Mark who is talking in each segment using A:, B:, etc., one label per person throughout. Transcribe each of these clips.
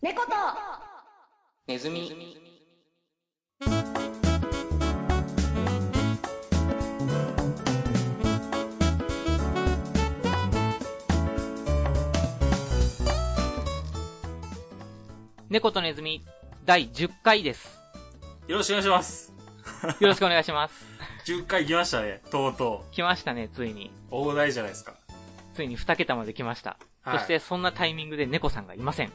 A: 猫と
B: ネズミ。猫とネズミ、第10回です。
C: よろしくお願いします。
B: よろしくお願いします。
C: 10回来ましたね、とうと
B: 来ましたね、ついに
C: う。。大台じゃないですか。
B: ついに2桁まで来ました。
C: はい
B: そして、そんなタイミングで猫さんがいません。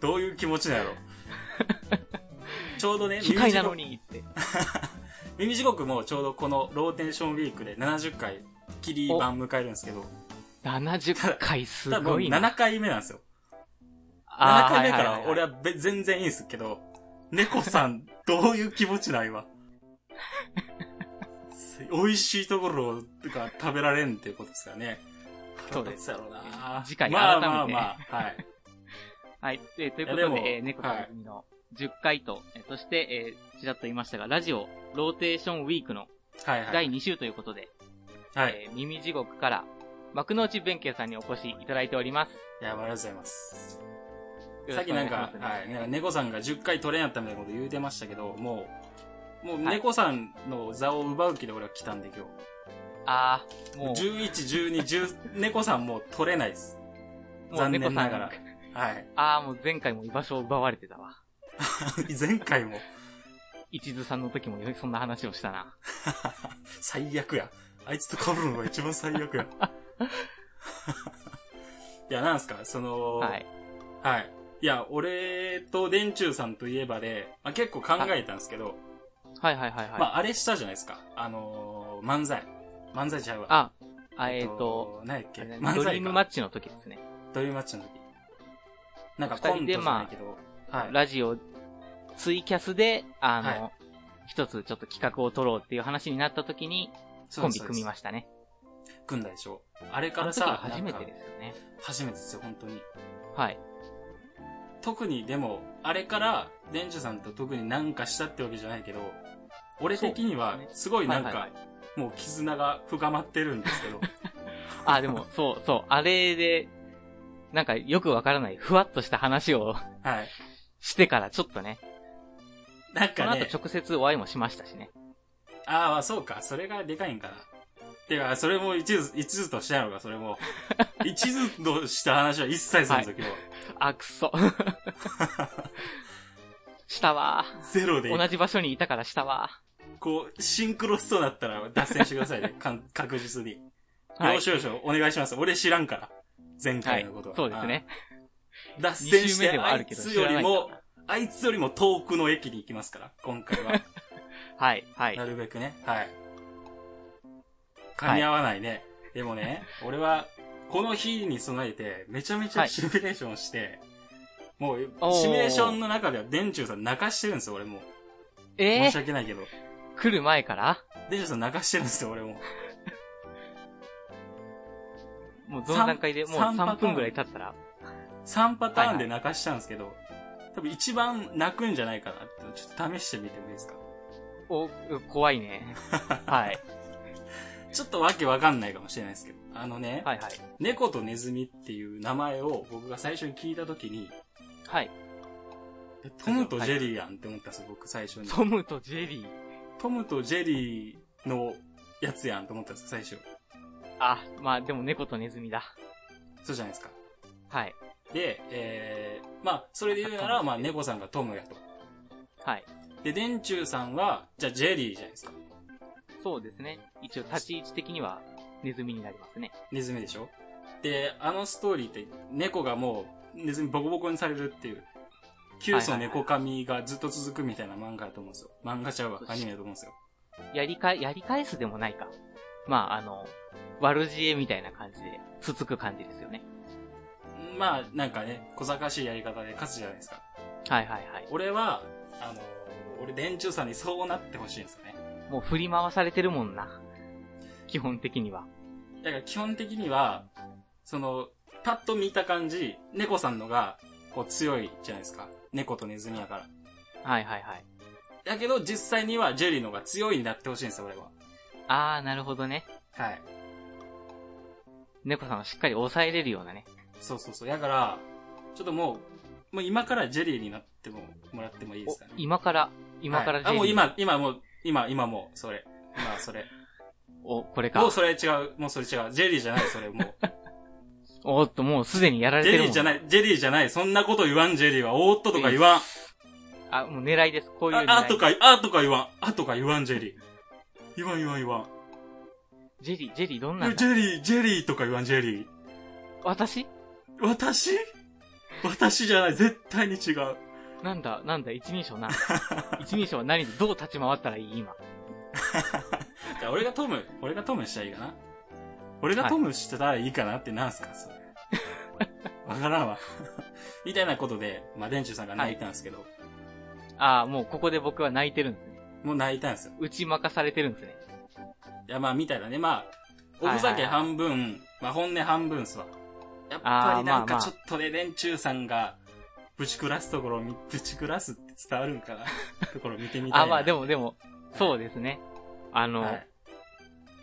C: どういう気持ちな んやろ。ちょうどね、
B: 機械なのに って。
C: 耳地獄もちょうどこのローテーションウィークで70回、切り版迎えるんですけど、
B: 70回す
C: 多分
B: ごいな。
C: 7回目なんですよ。
B: あー
C: 7回目から
B: いい
C: 俺
B: い
C: はべ全然いいんですけど、猫さん、どういう気持ちなん 今。美味しいところをとか食べられんっていうことですからね。
B: そうです
C: 腹立つやろうな
B: 次回
C: ま
B: 改
C: あ
B: めて
C: まあまあ、はい。
B: はい。えーというこ
C: いやで
B: と
C: も
B: で、えー猫とネズミの10回と、えーそして、えーちらっと言いましたが、ラジオ、ローテーションウィークの
C: はいはい。
B: 第2週ということで、
C: はい。
B: えー耳地獄から、幕の内弁慶さんにお越しいただいております。
C: いや、ありがとうございます。
B: よ
C: さ
B: ろ
C: っ
B: し
C: き
B: くお願
C: なん
B: いしま
C: か
B: す、ね
C: はい、なんか猫さんが10回取れんやったみたいなこと言うてましたけど、もう、もう
B: はい
C: 猫さんの座を奪う気で俺は来たんで今
B: あー、もう、
C: 日。11、12、10、猫さんもう取れないです。
B: もう
C: 残
B: 猫さ
C: 念
B: ん
C: ながら。 はい。
B: あー、もう前回も居場所を奪われてたわ。
C: 前回も、
B: 一途さんの時もそんな話をしたな。
C: 最悪や。あいつと被るのが一番最 悪や。いや、なんすか、その、
B: はい。
C: はい。いや、俺と電柱さんといえばで、まあ、結構考えたんですけど、
B: はいはいはいはい。
C: まあ、あれしたじゃないですか。あのー、漫才。漫才ちゃうわ。
B: あ、あ、えっ、と、、
C: 何やっけ
B: あれね
C: 漫
B: ド
C: 才
B: リームマ
C: か
B: ッチの時ですね。
C: ドリームマッチの時。なんかコントじゃないけど、はい。
B: ラジオ、ツイキャスで、あ
C: は
B: の、一、つちょっと企画を取ろうっていう話になった時に、コンビ組みま
C: し
B: したね。
C: た。組んだでしょ。あれ
B: あ
C: か
B: の
C: ら
B: 時が
C: さ、
B: 初めて
C: な
B: で
C: んか
B: すよね。
C: 初めてですよ、本当に。
B: はい。
C: 特にでも、あれから、デンジュさんと特になんかしたってわけじゃないけど、俺的には
B: そうで、
C: すごいなん
B: はいは
C: か
B: い、
C: もう絆が深まってるんです けど、
B: あ、でも、そうそう、あれで、なんかよくわからない、ふわっとした話を
C: はい。
B: してからちょっとね、
C: なん
B: そ
C: か
B: の
C: ね、
B: 後直接お会いもしましたしね。
C: ああ、そうか。それがでかいんかな。てか、それも一途、一途としてないのか、それ も。一途とした話は一切するんですよ、
B: あ、く そ。したわ
C: 今日。ゼロで、
B: 同じ場所にいたからしたわ
C: こう、シンクロしそうになったら脱線してくださ いね。かん確実に。
B: はい
C: よしよし、お願いします。俺知らんから。前回のことは。
B: そうですね。
C: うん。脱
B: 二
C: 線し
B: 週目
C: て、
B: では
C: あ
B: あ
C: い
B: るけど、
C: つ
B: 知
C: よ
B: らな
C: り
B: いから
C: も、あいつよりも遠くの駅に行きますから、今回は。
B: はい、はい
C: な。るべくね。はい。噛み合わないね。で もね、俺は、この日に備えて、めちゃめち
B: は
C: ゃ
B: い
C: シミュレーションして、もう
B: お、ー
C: シミュレーションの中では、電柱さん泣かしてるんですよ、俺も。
B: え
C: 申し
B: ー、
C: 訳ないけど。
B: 来る前から
C: 電柱さん泣かしてるんですよ、俺も。
B: もうどの段階でもう
C: 三パター
B: 3
C: ン
B: 分ぐらい経ったら、
C: 3パターンで泣かしたんですけど、多分一番泣くんじゃないかなって、ちょっと試してみてもいいですか
B: お、う怖い ね。はい。
C: ちょっとわけわかんないかもしれないですけど、あのね、
B: はいはい。
C: 猫とネズミっていう名前を僕が最初に聞いたときに、
B: はい。
C: えトムとジェリーやんって思ったんですよ、僕最初に。
B: トムとジェリー。
C: トムとジェリーのやつやんと思ったんですよ、最初。
B: あ、まあでも猫とネズミだ。
C: そうじゃないですか。
B: はい。
C: で、えー、まあ、それで言うなら、まあ、猫さんがトムやと。
B: はい。
C: で、電柱さんは、じゃあジェリーじゃないですか。
B: そうですね。一応立ち位置的にはネズミになりますね。
C: ネズミでしょで、あのストーリーって、猫がもう、ネズミボコボコにされるっていう、旧祖猫髪がずっと続くみたいな漫画だと思うんですよ。漫画ちゃうわ、アニメだと思うんですよ。
B: やりか、やり返すでもないか。まああの、悪知恵みたいな感じで、つつく感じですよね。
C: まあ、なんかね、小賢しいやり方で勝つじゃないですか。
B: はいはいはい。
C: 俺は、あの、俺、電柱さんにそうなってほしいんですよね。
B: もう振り回されてるもんな。基本的には。
C: だから基本的には、その、パッと見た感じ、猫さんのが、こう強いじゃないですか。猫とネズミやから。
B: はいはいはい。
C: だけど、実際にはジェリーのが強いになってほしいんですよ、俺は。
B: あー、なるほどね。
C: はい。
B: 猫さんをしっかり抑えれるようなね。
C: そうそうそう。だから、ちょっともう、もう今からジェリーになっても、もらってもいいですかね。
B: お今から、今から
C: はい
B: ジェ
C: あ、
B: リー。
C: もう今、今もう、今、今もう、それ。今、そ れ。
B: お、これ
C: も
B: か
C: う。それ違う。もうそれ違う。ジェリーじゃない、それもう。
B: おっと、もうすでにやられ
C: ジ
B: て
C: ェ
B: るも
C: リー
B: ん。
C: じゃない、ジェリーじゃない。そんなこと言わん、ジェリーは。おーっととか言わん。
B: あ、もう狙いです。こういう狙い。
C: あ、あとか、あとか言わん。あとか言わん、ジェリー。言わん、言わん、言わん。
B: ジェリー、ジェリーどんなん
C: ジ
B: だ
C: ェリー、ジェリーとか言わん、ジェリー。
B: 私
C: 私私じゃない、絶対に違う。
B: なんだ、なんだ、一人 称な。一人称は何でどう立ち回ったらいい今。
C: じゃあ俺がトム、俺がトムしたらいいかな。俺がトムしてたらいいかなってなんすか、それ。 わからんわ。みたいなことで、まあ、電柱さんが泣いたんですけど、
B: ああ、もうここで僕は泣いてるんですね。
C: もう泣いたんですよ。
B: 打ち負かされてるんですね。
C: いや、まあ、みたいなね、まあ、おふざけ半分、まあ、本音半分っすわ。やっぱ
B: あ
C: りなん
B: ーまあま
C: か
B: あ
C: ちょっとね、連中さんが、ぶち暮らすところを見、ぶち暮らすって伝わるんかな ところを見てみたいな。
B: あ、まあで
C: も、
B: もでも、そうですね。あの、
C: はい。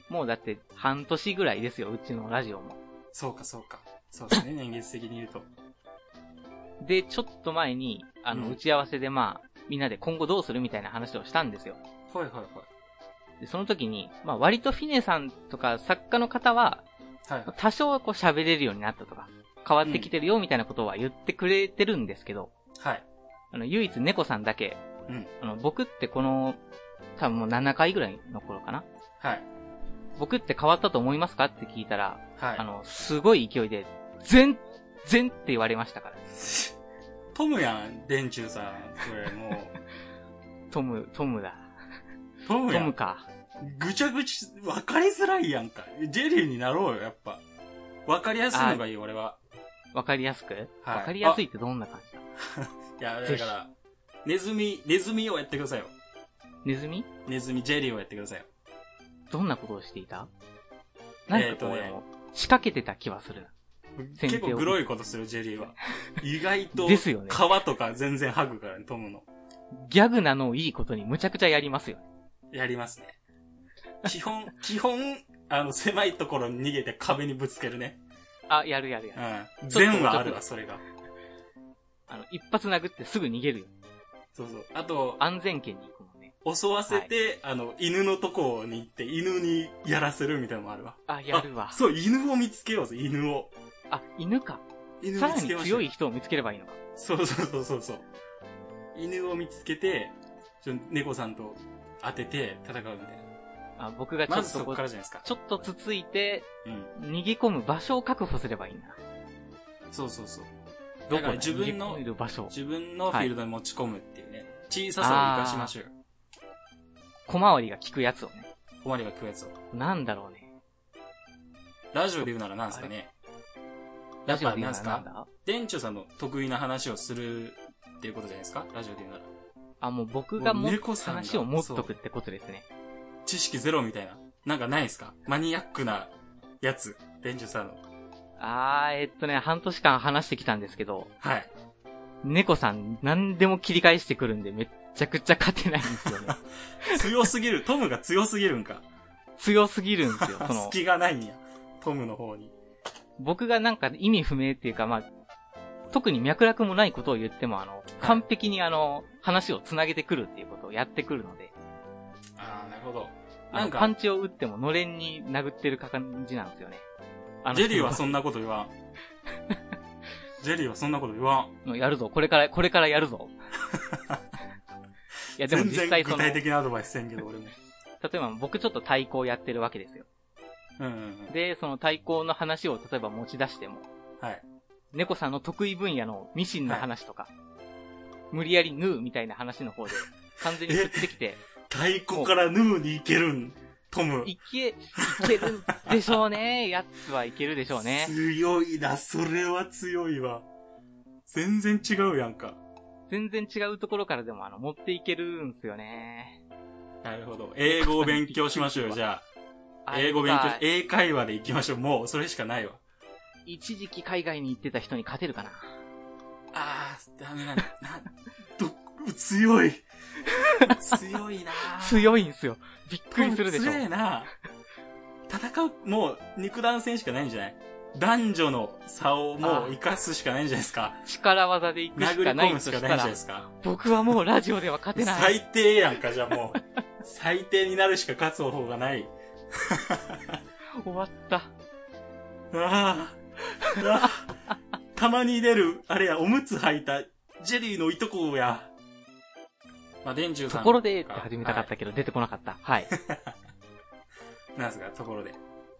B: もうだって半年ぐらいですよ、うちのラジオも。
C: そうか、そうか。そうですね、年月的に言うと。
B: で、ちょっと前に、あ
C: う
B: の、
C: ん
B: 打ち合わせでまあ、みんなで今後どうするみたいな話をしたんですよ。
C: ほいほいほい。
B: で、その時に、まあ割とフィネさんとか作家の方は、
C: はいはい。
B: 多少はこう喋れるようになったとか、変わってきてるよみたいなことは言ってくれてるんですけど、
C: はい。
B: あの、唯一猫さんだけ、
C: うん
B: あの、僕ってこの、多分もう7回ぐらいの頃かな。
C: はい。
B: 僕って変わったと思いますかって聞いたら、
C: はい。
B: あの、すごい勢いで、全、全って言われましたから。
C: トムやん、電柱さん。これも う。
B: トム、トムだ。
C: トム
B: ト
C: や
B: ム
C: ん。
B: か。
C: ぐちゃぐちゃ、わかりづらいやんか。ジェリーになろうよ、やっぱ。わかりやすいのがいい、俺は。
B: わかりやすく
C: はい
B: わかりやすいってどんな感じだ
C: いや、
B: ぜ
C: だ
B: ひ
C: から、ネズミ、ネズミをやってくださいよ。
B: ネズミ
C: ネズミ、ジェリーをやってくださいよ。
B: どんなことをしていたなん
C: えー
B: か
C: と
B: こう、
C: ね
B: でも仕掛けてた気はするな。先手
C: 結
B: を
C: 構グロいことする、ジェ リーは。意外と、
B: ですよね
C: 皮とか全然剥ぐからね、トムの。
B: ギャグなのをいいことにむちゃくちゃやりますよ。
C: やりますね。基本、 基本、あの、狭いところに逃げて壁にぶつけるね。
B: あ、やるやるやる。
C: うん。
B: ちょっと
C: 善はある
B: ちょ
C: わ、
B: っと
C: それが。
B: あの、一発殴ってすぐ逃げるよ。
C: そうそう。あと、
B: 安全圏に行くもんね。
C: 襲わせて、あの、犬のとこに行って、犬にやらせるみたいなのもあるわ。
B: あ、やるわ
C: あ。そう、犬を見つけようぜ、犬を。
B: あ、犬か。
C: 犬
B: さ
C: を見
B: ら
C: つ
B: に
C: けまし
B: 強
C: ょう
B: い。人を見つければいいのか。
C: そうそうそうそうそう。犬を見つけて、ちょ猫さんと当てて戦うみたい
B: あ、僕がち
C: な。
B: ょ
C: まず
B: っと
C: そ
B: こ
C: こ
B: う
C: からじゃないですか。
B: ちょっとつついて、
C: うん。
B: 逃げ込む場所を確保すればいいんだ。
C: そうそうそう。
B: どこ
C: だから
B: だ
C: 自分の
B: 逃げ込める場所。
C: 自分のフィールドに持ち込むっていうね。小ささを生かしましょうよ。
B: 小回りが効くやつをね。
C: 困りが食うやつを。
B: なんだろうね。
C: ラジオで言うならなんすかね。やっぱなんす
B: なん
C: か
B: だ
C: 店長さんの得意な話をするっていうことじゃないですかラジオで言うなら。
B: あ、もう僕がも
C: もう猫さんが
B: 話を持っとくってことですね。
C: 知識ゼロみたいな。なんかないですかマニアックなやつ。店長さんの。
B: あー、えっとね、半年間話してきたんですけど、
C: はい。
B: 猫さん何でも切り返してくるんでめっちゃくちゃ勝てないんです よね。
C: 強すぎる。トムが強すぎるんか。
B: 強すぎるんです よ。その、
C: 隙がないんや。トムの方に。
B: 僕がなんか意味不明っていうか、まあ、特に脈絡もないことを言っても、あの、完璧にあの、話を繋げてくるっていうことをやってくるので、
C: ああ、なるほど。
B: あ
C: な
B: の
C: ん
B: パン
C: か、
B: チを打ってものれんに殴ってる感じなんですよね。あの
C: ジェリーはそんなこと言 わん。ジェリーはそんなこと言わん。
B: のやるぞ、これから、これからやるぞ。 いや、でも
C: 全
B: 実
C: 然
B: 際
C: 具
B: その、
C: 体
B: 例え
C: 的なアドバイスせんけど、俺も。
B: ば僕ちょっと対抗やってるわけですよ。
C: うんうんうん。
B: で、その対抗の話を例えば持ち出しても、
C: はい。
B: 猫さんの得意分野のミシンの話とか、無理やり縫うみたいな話の方 で、完全に振ってきて、
C: 太鼓からヌーに行けるん。トム。
B: いけ、いけるんでしょう ね。やつはいけるでしょうね。
C: 強いな、それは強いわ。全然違うやんか。
B: 全然違うところからでも、あの、持っていけるんすよね。
C: なるほど。英語を勉強しましょうよ、じゃあ。
B: あ
C: 英語勉強
B: やっ、ぱ
C: 英会話で行きましょう。もう、それしかないわ。
B: 一時期海外に行ってた人に勝てるかな。
C: あー、ダメなんだ。な、ど、強い。強いな
B: 強いんすよ。びっくりするでしょ
C: 強。いな戦う、もう、肉弾戦しかないんじゃない男女の差をもう生かすしかないんじゃないですか。
B: 力技で行くし
C: 殴り
B: かな
C: 込
B: い
C: む
B: と
C: し
B: し
C: か
B: た
C: ないんじゃない
B: ら
C: で、すか。
B: 僕はもうラジオでは勝てない。
C: 最低やんか、じゃあもう。最低になるしか勝つ方法がない。
B: 終わった。
C: ああ、ああたまに出る、あれや、おむつ履いた、ジェリーのいとこや。まあ、電柱さ
B: と
C: ん。
B: ころでって始めたかっ
C: は
B: たけど、出てこなかった。はい。
C: いなんすか、ところで。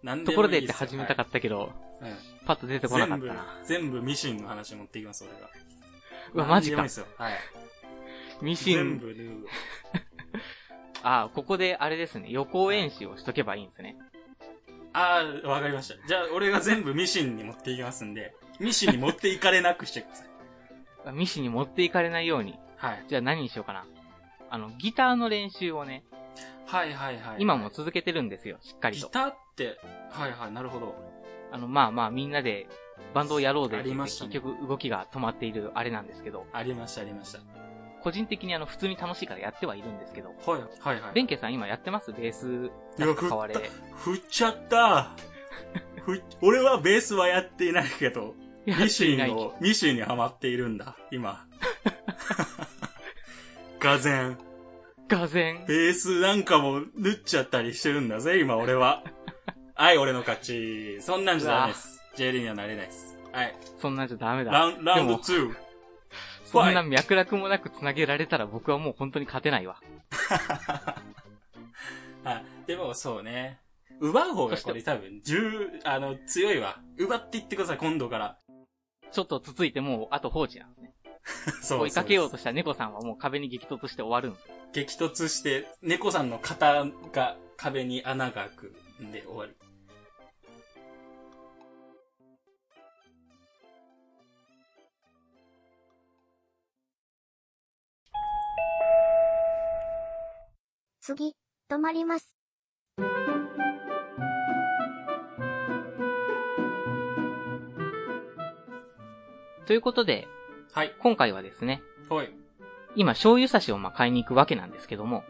C: なん
B: ところでって始めたか
C: っ
B: ったけど、
C: た。はいうん
B: パッと出てこなかったな。
C: 全部、全部ミシンの話持っていきます、俺が。
B: うわ、マジ
C: なんで
B: か
C: もいいっ。すよ。はい。
B: ミシ
C: 全
B: ン。
C: 部ルール。
B: あ、ここであれですね、予行演習をしとけばいいんですね。
C: ああ、わかりました。じゃあ、俺が全部ミシンに持っていきますんで、ミシンに持っていかれなくしてく ださい。
B: ミシンに持っていかれないように。
C: はい。
B: じゃあ何にしようかな。あの、ギターの練習をね、
C: はいはいはい。
B: 今も続けてるんですよ、しっかり
C: ギ
B: と。
C: ターって、はいはい、なるほど。
B: あの、まあまあ、みんなでバンドをやろうぜって
C: あり
B: 言っ
C: ま
B: て、
C: した
B: 結
C: ね
B: 局動きが止まっているあれなんですけど、
C: ありましたありました。
B: 個人的にあの、普通に楽しいからやってはいるんですけど、
C: はい、はいはい。
B: 弁慶さん今やってますベース、なんか変われ。
C: 振っちゃった。ふ俺はベースはやっていないけど、
B: や
C: ミ
B: って
C: シ
B: いな
C: ン
B: い
C: を、ミシンにはまっているんだ、今。 がぜん。
B: がぜん。
C: ベースなんかも縫っちゃったりしてるんだぜ、今俺は。はい、俺の勝ち。そんなんじゃダメです。J リーにはなれないです。はい。
B: そんなんじゃダメだ。
C: ラウンラウンド
B: でも
C: 2。
B: そんな脈絡もなく繋げられたら僕はもう本当に勝てないわ。
C: あ、でもそうね。奪う方がこれ多分、重、あの、強いわ。奪っていってください、今 度から。
B: ちょっとつついてもう、あと放置なんですね。
C: そう
B: 追いかけ
C: そ
B: よ
C: うで
B: う
C: す
B: とした猫さんはもう壁に激突して終わるんです。
C: 激突して、猫さんの肩が壁に穴が開くんで終わり。
A: 次、止まります。
B: ということで、
C: はい。
B: 今回はですね、
C: はい。
B: 今醤油差しをまあ買いに行くわけなんですけども、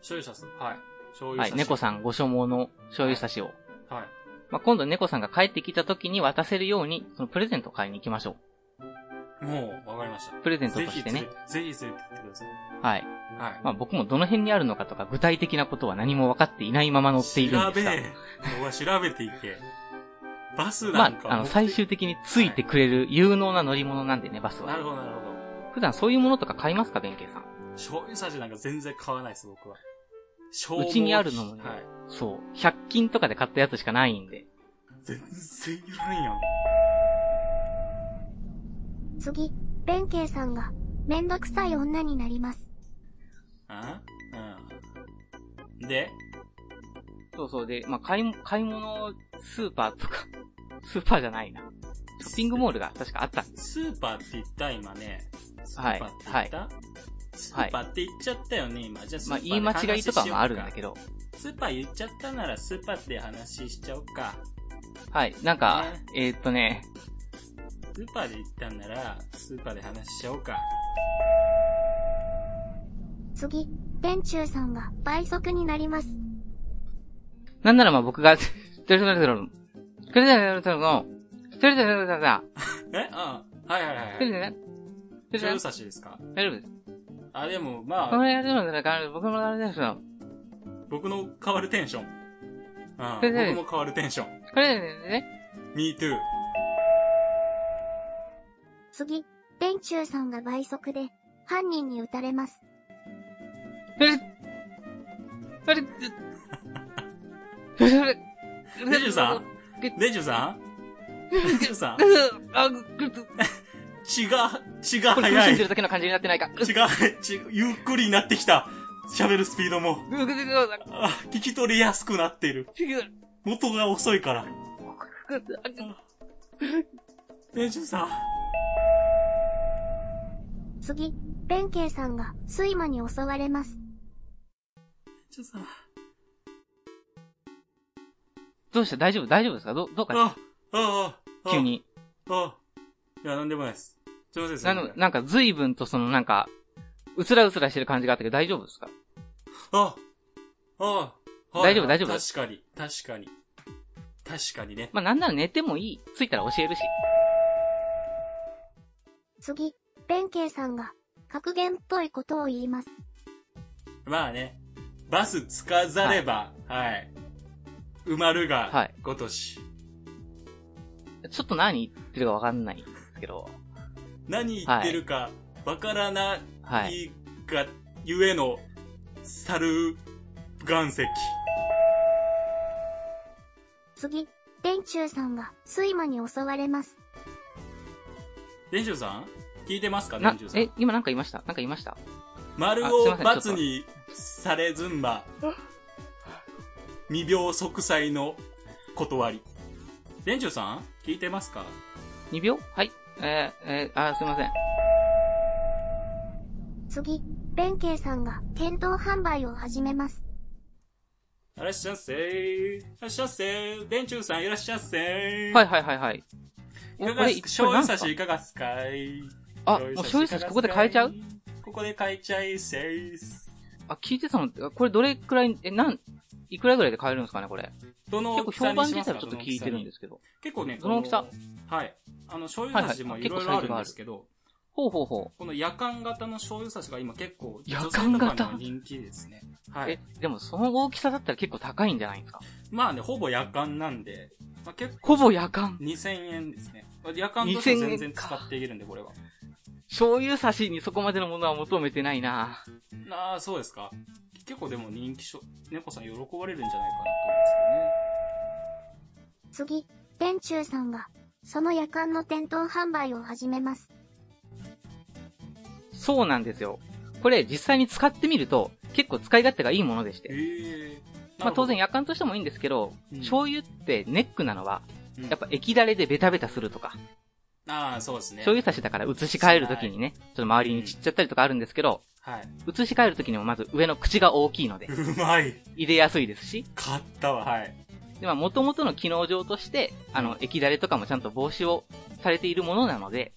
C: 醤油さす。はい。醤油
B: は
C: さ
B: い、猫さ
C: ん。
B: んご所望の醤油差しを、
C: はい。
B: まあ、今度猫さんが帰ってきた時に渡せるように、そのプレゼントを買いに行きましょ
C: もう、わかりました。
B: う。プレゼント
C: ぜ
B: と
C: ひ
B: し
C: つ
B: て
C: れ、
B: ね。
C: ぜひ連れてってください。
B: はい。
C: はい。
B: まあ僕もどの辺にあるのかとか具体的なことは何も分かっていないまま乗っているんです
C: 調
B: が
C: べ、え。僕は調べていけ。バスな
B: ま
C: んか
B: あ、あの、
C: 持って
B: 最終的についてくれる有能な乗り物なんでね、バス
C: な
B: は。
C: るほど、なるほど。
B: 普段そういうものとか買いますか、弁慶さん。
C: 醤油さじなんか全然買わないです、僕は。
B: うちにあるのもね
C: はい。
B: そう。100均とかで買ったやつしかないんで。
C: 全然いらんやん。
A: 次、弁慶さんが、めんどくさい女になります。
C: あうん。で、
B: そうそう。で、まあ、買い、買い物、スーパーとか、 スーパーじゃないな。ショッピングモールが確かあったんです。
C: スーパーって言った今ね。ス
B: は
C: ー
B: い
C: パーって言った、スーパーって言っちゃったよね、今。じゃあスー
B: まあ、
C: パーで
B: 言い間違いとかもあるんだ
C: ど。
B: けど。
C: スーパー言っちゃったならスーパーで話しちゃおうか。
B: はい。なんか、えーっとね、
C: スーパーで言ったんならスーパーで話しちゃおうか。
A: 次、電柱さんが、倍速になります。
B: なんならまあ僕が、トゥルトゥルトゥル、トゥルトゥルトゥルの、トゥルトゥルトゥルトゥル、
C: えあはいはいはい
B: ト
C: は
B: ゥル
C: い。
B: トゥルトゥルトゥ
C: 醤
B: ル
C: 油、差しですか
B: 大丈夫です。
C: あ、でもま
B: この
C: あ、
B: やつの中で僕もあれですよ。
C: 僕の変わるテンション。うん、
B: 先生
C: 僕も変わるテンション。
B: これですね。
C: me too.
A: 次、電柱さんが倍速で、犯人に撃たれます。
B: トゥル、トゥル、トゥル、トゥ
C: デジュ
B: ル、
C: さんデジュさんデジュさん
B: あ、ぐっと、
C: 血が、血が
B: これ苦
C: 早
B: しん
C: い
B: で。るだけの感じになってないか。
C: 違う、ちゆっくりになってきた。喋るスピードも。
B: ぐぐぐぐぐ
C: あ、聞き取りやすくなっている。元が遅いから。店主さん。
A: 次、弁慶さんが、睡魔に襲われます。
C: 店主さん。
B: どうした大丈夫大丈夫ですかどう、どうか
C: あ、あ、あ、あ
B: 急。に。
C: あ、いや、なんでもないです。すいません、すい
B: な
C: ま
B: の
C: せん。
B: なんか随分とそのなんか、うつらうつらしてる感じがあったけど大丈夫ですか
C: あ、あ、あ
B: 大丈夫大丈夫
C: 確かに、確かに。確かにね。
B: まあ、なんなら寝てもいい。着いたら教えるし。
A: 次、弁慶さんが、格言っぽいことを言います。
C: まあね、バスつかざれば、はい。埋まる
B: は
C: が
B: い、
C: ごとし。
B: ちょっと何言ってるかわかんないけど。
C: 何言ってるか、わからな
B: はい。
C: いが、ゆえの、猿岩石。
A: 次、電柱さんが、睡魔に襲われます。
C: 伝習さん聞いてますか
B: な
C: 伝習、さ
B: え
C: ん。、
B: 今なんか言いましたなんか言いました
C: 丸
B: あすいませんちょっ
C: を
B: と
C: 罰にされずんば、未病息災の断り。伝習さん聞いてますか
B: ?2 秒はい。えー、えー、あー、すいません。
A: 次、弁慶さんが、店頭販売を始めます。
C: いらっしゃいませいらっしゃいませ伝習さんいらっしゃいませ
B: はいはいはいはい。
C: いか
B: こ
C: が
B: れ
C: っす醤油
B: これ
C: 差
B: なんす
C: しいかがっすかい
B: かあ、もう醤油差しここで変えちゃう
C: ここで変えちゃいせいす。
B: あ、聞いてたのって、これどれくらい、え、なん、いくらぐらいで買えるんですかね、これ。
C: どの
B: 結
C: 大
B: 構
C: きさ
B: 評
C: に
B: 判
C: し
B: 自
C: ます
B: 体
C: か
B: はちょっと聞いてるんですけど。
C: 結構ね、
B: どの大きさ
C: こはい。あの、醤油差しも
B: はいは
C: い
B: いあ
C: ろい
B: 結構
C: ろあ
B: サイズ
C: るん
B: がある
C: ですけど、
B: ほうほうほ
C: この夜間型の醤油差しが今結構、
B: 夜
C: 女性
B: 間
C: と
B: 型
C: かにも人気ですね。
B: う。
C: はい
B: え。、でもその大きさだったら結構高いんじゃないですか
C: まあね、ほぼ夜間なんで、まあ結構
B: ほぼ夜間。
C: 2000円ですね。夜間としても
B: 2000
C: 全
B: 円
C: 然使っていけるんで、これは。
B: 醤油差しにそこまでのものは求めてないな
C: ああ、そうですか。結構でも人気しょ、猫さん喜ばれるんじゃないかなと思うんですけどね。
A: 次、電柱さんが、その夜間の店頭販売を始めます。
B: そうなんですよ。これ実際に使ってみると、結構使い勝手がいいものでして。
C: ええ
B: まあ当然、夜間としてもいいんですけど、
C: うん
B: 醤油ってネックなのは、
C: や
B: やっぱ液だれでベタベタするとか、
C: ああ、そうですね。
B: 醤油差しだから移し替えるときにね、ちょっと周りに散っちゃったりとかあるんですけど、
C: はい。
B: 移し替えるときにもまず上の口が大きいので、
C: うまい。
B: 入れやすいですし、
C: 買ったわ。はい。
B: でまあ元々の機能上として、あの、液だれとかもちゃんと防止をされているものなので、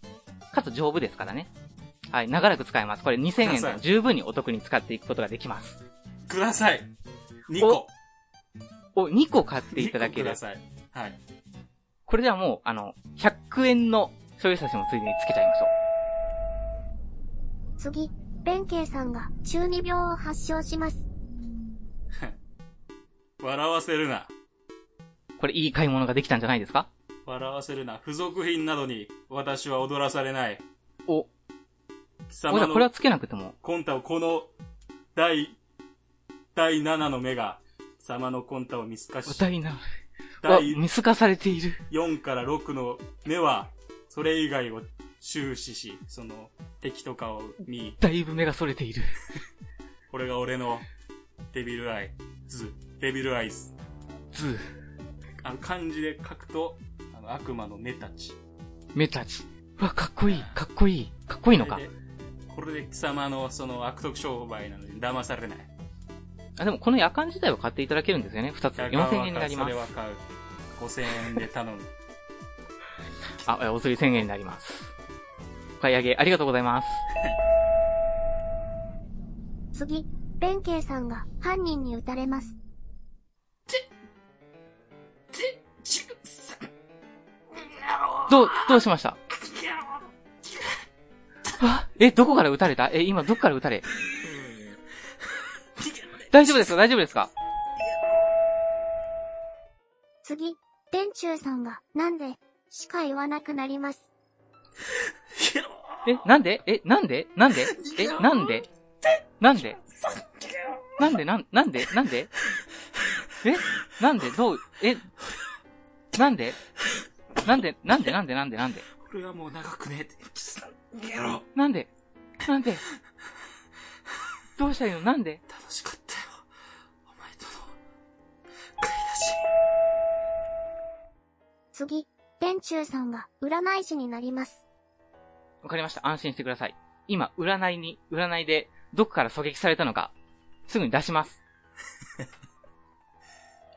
B: かつ丈夫ですからね。はい、長らく使えます。これ2000円でも十分にお得に使っていくことができます。
C: ください。2個。
B: お、2個買っていただけ
C: 2個く
B: る
C: だ。さい。はい。
B: これではもう、あの、100円の醤油差しもついでにつけちゃいましょう。
A: 次、弁慶さんが、中二病を発症します。
C: 笑わせるな。
B: これいい買い物ができたんじゃないですか
C: 笑わせるな。付属品などに私は踊らされない。
B: お、
C: 貴
B: おじ
C: 様
B: ゃあこれは
C: の
B: つけなくても。
C: コンタをこの第、第7の目が、貴様のコンタを見透かし、
B: 第7は
C: 第
B: 見透かされている。
C: 4から6の目は、それ以外を注視し、その敵とかを見、
B: だいぶ目が逸れている。
C: これが俺のデビルアイズ、デビルアイズ。
B: ズー、
C: あの漢字で書くと、あの悪魔の目たち。
B: 目たち。うわ、かっこいい、かっこいい、かっこいいの
C: こ
B: か
C: れ。でこれで貴様のその悪徳商売なので騙されない。
B: あ、でもこの夜間自体は買っていただけるんですよね。2つ。4000円になりま
C: それ
B: す。
C: は買う。5000円で頼む。
B: あ、えお釣り1000円になります。お買い上げありがとうございます。
A: 次、弁慶さんが、犯人に撃たれます。
B: どう、どうしましたあ、え、どこから撃たれたえ、今どこから撃たれ大丈夫ですか大丈夫ですか
A: 次、電柱さんが、なんで、しか言わなくなります。
B: え、なんでえ、なんでなんでえ、なんでなんでなんでなん、なんでなんでえなんでどうえなんでなんでなんでなんでなんでなんで
C: これはもう長くねって。ゲロ
B: なんでなんでどうしたらいいのなんで
C: 楽しかったよ。お前との、買い出し。
A: 次、電柱さんが、占い師になります。
B: わかりました。安心してください。今、占いに、占いで、どこから狙撃されたのか、すぐに出します。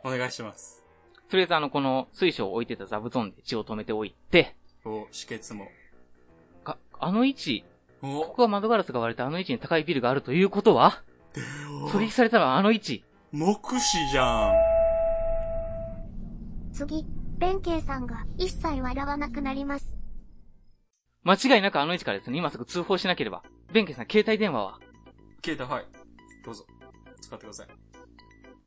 C: お願いします。
B: とりあえず、あの、この水晶を置いてた座布団で血を止めておいて、
C: お、止血も。
B: か、あの位置、こ
C: お、
B: こが窓ガラスが割れてあの位置に高いビルがあるということは狙撃されたのはあの位置。
C: 目視じゃん。
A: 次、弁慶さんが一切笑わなくなります。
B: 間違いなくあの位置からですね、今すぐ通報しなければ。弁慶さん、携帯電話は
C: 携帯、はい。どうぞ。使ってください。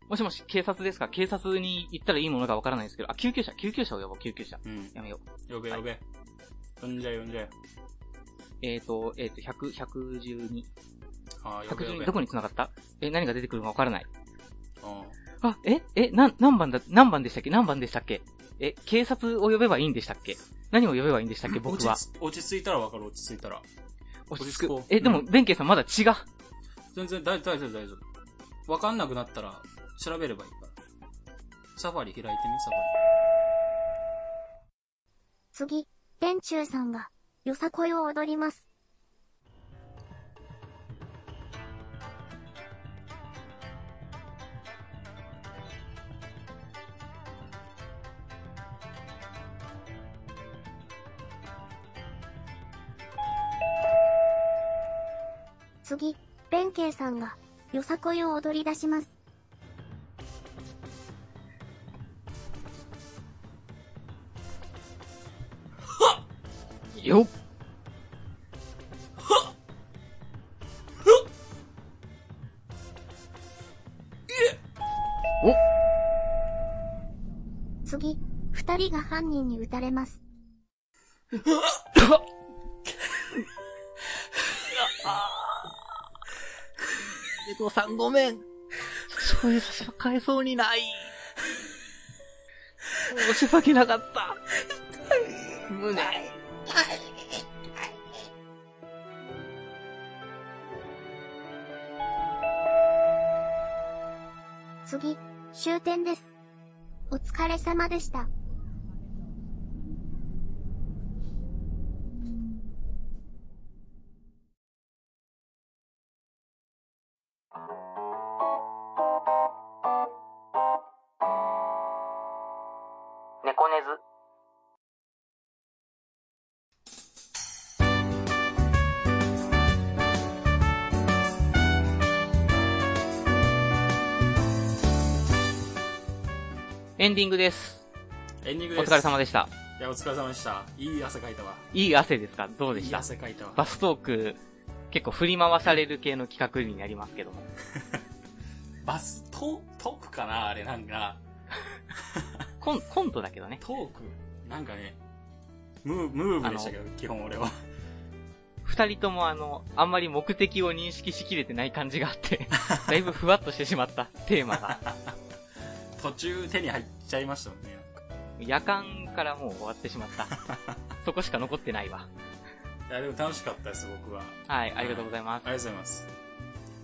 B: もしもし、警察ですか警察に行ったらいいものがわからないですけど、あ、救急車、救急車を呼ぼう、救急車。
C: うん。
B: やめよう。
C: 呼べ呼べ。呼んじゃえ呼んじゃえ。
B: えーと、えーと、100、112。
C: ああ、呼べ呼
B: 112、
C: べ
B: ど。こに繋がったえ、何が出てくるかわからない。
C: うん
B: あ、え、え、なん、何番だ、何番でしたっけ何番でしたっけえ、警察を呼べばいいんでしたっけ何を呼べばいいんでしたっけ僕は
C: 落。ち着落ち着いたらわかる、落ち着いたら。
B: 落ち
C: 落ち
B: 着
C: 着
B: く
C: こう。
B: え、でも、
C: うん
B: 弁慶さんまだ血が。
C: 全然大丈夫、大丈夫、大丈夫。わかんなくなったら、調べればいいから。サファリ開いてみ、サフ
A: 次、天中さんがよさこいを踊ります。次、弁慶さんがよさこいを踊り出します。
B: よっ。
A: 次、二人が犯人に撃たれます。
D: 江戸さんごめん。そういう差しは買えそうにない。申し訳なかった。胸。
A: 次、終点です。お疲れ様でした。
E: 猫ねず。
B: エンディングです。
C: ァリ。エンディング
B: お
C: です。
B: 疲れ様
C: で
B: でした。
C: いや、お疲れ様でした。いい汗かいたわ。
B: いい汗ですかどうでし
C: いい
B: た
C: 汗かいたわ。
B: バストーク、結構振り回される系の企画になりますけども。
C: バス、ト、トークかなあれなんか、
B: コン、コントだけどね。
C: トークなんかね、ムー、ムーブでしたけど、基本俺は。
B: 二人ともあの、あんまり目的を認識しきれてない感じがあっ て、だいぶふわっとしてしまった、テーマが。
C: 途中手に入っちゃいましたもんね。
B: 夜間からもう終わってしまった。そこしか残ってないわ。
C: いや、でも楽しかったです、僕は。あ
B: はい、ありがとうございます。
C: りがとうございます。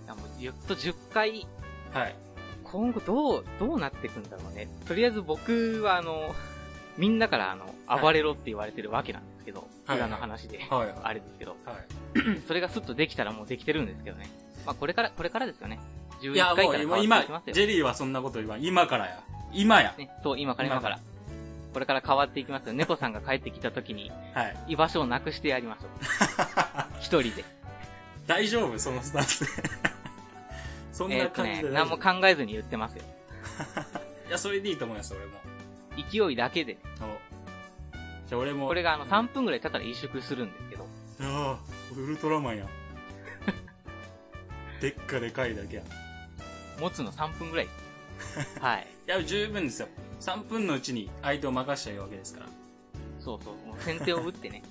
B: いやもうやっと10回、
C: はい。
B: 今後どう、どうなっていくんだろうね。とりあえず僕はあの、みんなからあの、
C: はい
B: 暴れろって言われてるわけなんですけど、
C: はい
B: 裏の話で、
C: はい。は
B: あれですけど、
C: い。は
B: それがスッとできたらもうできてるんですけどね。まあこれから、これからですよね。
C: い。
B: 11
C: いや、
B: 回から
C: もう
B: 変わっ
C: 今、
B: ていきま
C: 今
B: すよ
C: ジ。ェリーはそんなこと言わん。今からや。今や。
B: ね、そう、今から今から。これから変わっていきますよ。猫さんが帰ってきた時に、
C: はい。
B: 居場所をなくしてやりま しょう。一人で。
C: 大丈夫そのスタンスで。 そん
B: えー
C: な
B: っと
C: 感じ
B: ね
C: で、大
B: 何
C: 丈夫、
B: も考えずに言ってますよ。
C: いや、それでいいと思います、俺も。
B: 勢いだけで。
C: そうじゃあ俺も。
B: これがあの3分ぐらい経ったら移植するんですけど。
C: ああ、ウルトラマンや。 でっかでかいだけや。い
B: 持つの3分ぐ らい。はい。
C: や、十分ですよ。3分のうちに相手を任しちゃうわけですから。
B: そうそう。もう先手を打ってね。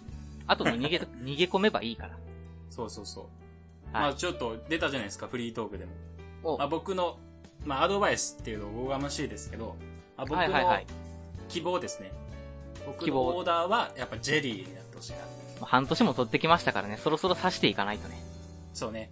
B: あともう逃げ と、逃げ込めばいいから。
C: そうそうそう。
B: はい
C: まあちょっと出たじゃないですか、フリートークでも。
B: お、
C: まあ、僕の、まあアドバイスっていうのおこがましいですけど、まあ、僕
B: はいはいは
C: の
B: い。
C: 希望ですね。僕
B: 希
C: の
B: 望
C: オーダーはやっぱジェリーになってほしいな。
B: もう半年も取ってきましたからね、そろそろ刺していかないとね。
C: そうね。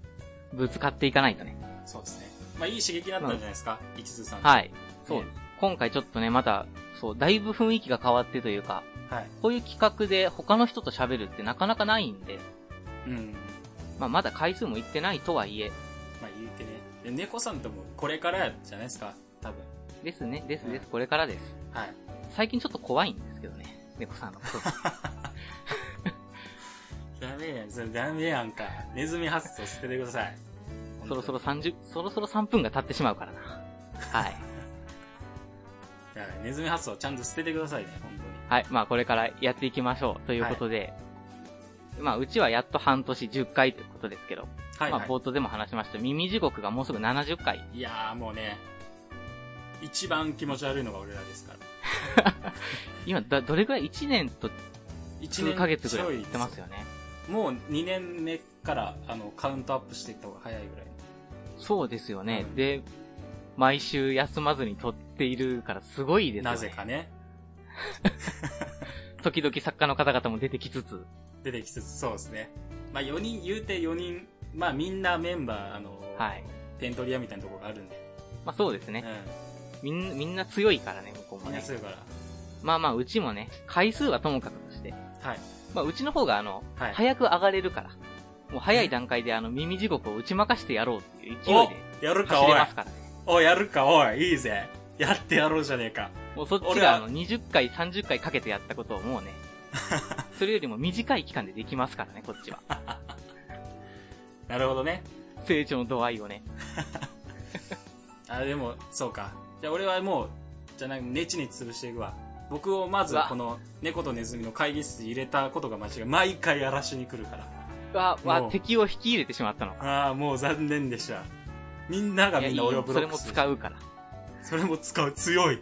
B: ぶつかっていかないとね。
C: そうですね。まあいい刺激になったんじゃないですか、一途さん。い。
B: はい。そう
C: ね。
B: 今回ちょっとね、また、そう、だいぶ雰囲気が変わってというか、
C: はい。
B: こういう企画で他の人と喋るってなかなかないんで、
C: うん。
B: まあ、まだ回数もいってないとはいえ、
C: まあ言うてね。で猫さんともこれからじゃないですか、多分。
B: ですね、ですで
C: う
B: す、
C: ん
B: これからです。
C: はい。
B: 最近ちょっと怖いんですけどね、猫さんのこと。
C: ダメやん、それダメやんか。ネズミ発想捨ててください。
B: そろそろ30、そろそろ3分が経ってしまうからな。はい。
C: いや。はい。ネズミ発想ちゃんと捨ててくださいね、本当に。
B: はい。まあ、これからやっていきましょう。ということで、まあ、うちはやっと半年10回ということですけど、
C: はい、
B: ま
C: は
B: あ、冒頭でも話しました、耳地獄がもうすぐ70回。
C: い。いやーもうね、一番気持ち悪いのが俺らですから。
B: 今、だ、どれぐらい ?1 年と
C: 一
B: 数ヶ月ぐらい
C: ちょ
B: 行ってますよね。
C: もう2年目から、あの、カウントアップしていった方が早いぐらい。
B: そうですよね。
C: うん
B: で、毎週休まずに撮っているからすごいですよね。
C: なぜかね、
B: 時々作家の方々も出てきつつ。
C: 出てきつつ、そうですね。まあ4人、言うて4人、まあみんなメンバー、あの、
B: はい。
C: テントリアみたいなところがあるんで。
B: まあそうですね。みん、みんな強いからね、向こう
C: うん。
B: も
C: みんな
B: ね。
C: するから。
B: まあまあ、うちもね、回数はともかくとして。
C: はい。
B: まあ、うちの方があの、
C: はい。
B: 早く上がれるから。もう早い段階であの、耳地獄を打ち負かしてやろうっていう勢いで
C: おやるか、
B: 走
C: おい
B: れますからね。
C: おい、やるか、おい、いいぜ。やってやろうじゃねえか。
B: もうそっち
C: 俺
B: が
C: は
B: あの、20回、30回かけてやったことをもう ね、それよりも短い期間でできますからね、こっち は。
C: なるほどね。
B: 成長の度合いをね。
C: あ、でも、そうか。じゃあ俺はもう、じゃあなんか、ネチネチ潰していくわ。僕をまず
B: うわ、
C: この、猫とネズミの会議室に入れたことが間違い。毎回荒らしに来るから。
B: わ、わ
C: も、う
B: 敵を引き入れてしまったのか。
C: ああ、もう残念でした。みんながみんな俺をブ
B: それ
C: ロッ
B: も
C: クする。
B: 使うから。
C: それも使う。強い。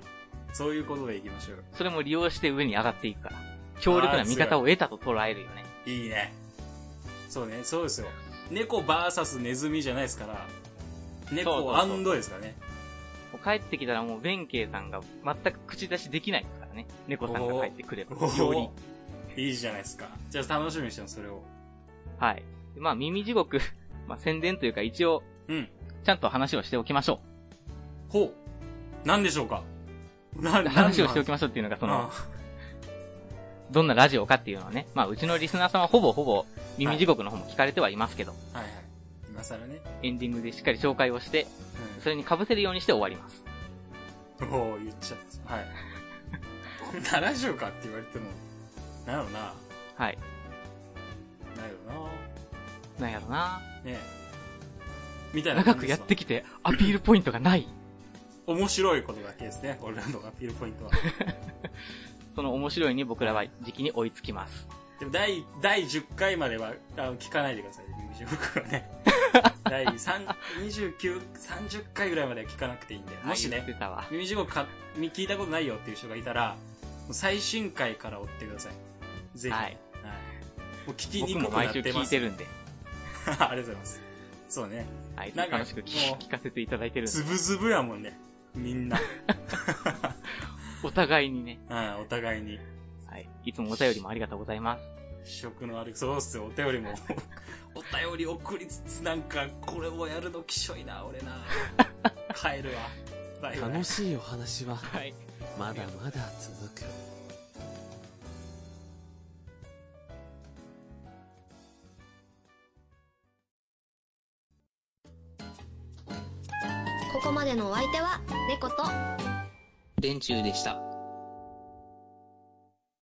C: そういうことでいきましょう。
B: それも利用して上に上がっていくから。強力な味方を得たと捉えるよね。
C: いいね。そうね、そうですよ。猫バーサスネズミじゃないですから、
B: そう
C: 猫
B: そ
C: ア
B: うそう
C: ンドですからね。
B: もう帰ってきたらもう弁慶さんが全く口出しできないですからね。猫さんが帰ってくれば。より。
C: り。いいじゃないですか。じゃあ楽しみにしてます、それを。
B: はい。でまあ、耳地獄、 まあ、宣伝というか一応、
C: うん。
B: ちゃんと話をしておきましょ
C: ほう。なんでしょうかな、
B: う。話をしておき
C: ま
B: ましょうっていうのが、そ
C: あ
B: の、どんなラジオかっていうのをね。まあ、うちのリスナーさんはほぼほぼ、耳地獄の方も聞かれてはいますけど、
C: あはいはい。今更ね。
B: エンディングでしっかり紹介をして、それに被せるようにして終わります。
C: うん。おー言っちゃった。はい。こん なラジオかって言われても、なんやろな。
B: はい。
C: なんやろ
B: なんやろな
C: な。ねえ。みたいな
B: 長
C: 感
B: く
C: じ
B: や
C: ですわ
B: ってきて、アピールポイントがない。
C: 面白いことだけですね。俺らのアピールポイントは。
B: その面白いに僕らは時期に追いつきます。
C: でも第、第10回までは、あの、聞かないでください、耳地獄は ね。第3、29、30回ぐらいまでは聞かなくていいんで。もし
B: あ言
C: ね、
B: ってたわ。
C: 耳地獄か、み聞いたことないよっていう人がいたら、もう最新回から追ってください。ぜひ。
B: は
C: はいい。もう聞き
B: 僕
C: にく
B: も
C: くな
B: 毎
C: っ
B: 週
C: てま
B: 聞い
C: す。
B: てるんで。
C: ありがとうございます。そ うね。
B: はい。
C: なんか
B: 楽しく聞
C: もう
B: 聞かせていただいてるんで
C: ズ。ブズブやもんね。みんな。
B: お互いにね。
C: うん、お互いに。
B: はい。いつもお便りもありがとうございます。
C: 食の悪い、そうっすよ、お便りも。 お便り送りつつ、なんか、これをやるのきしょいな、俺な。帰るわ。バイバイ
F: 楽しいお話は
B: はい。
F: まだまだ続く。
G: ここまでのお相手は猫と
D: 電柱でした。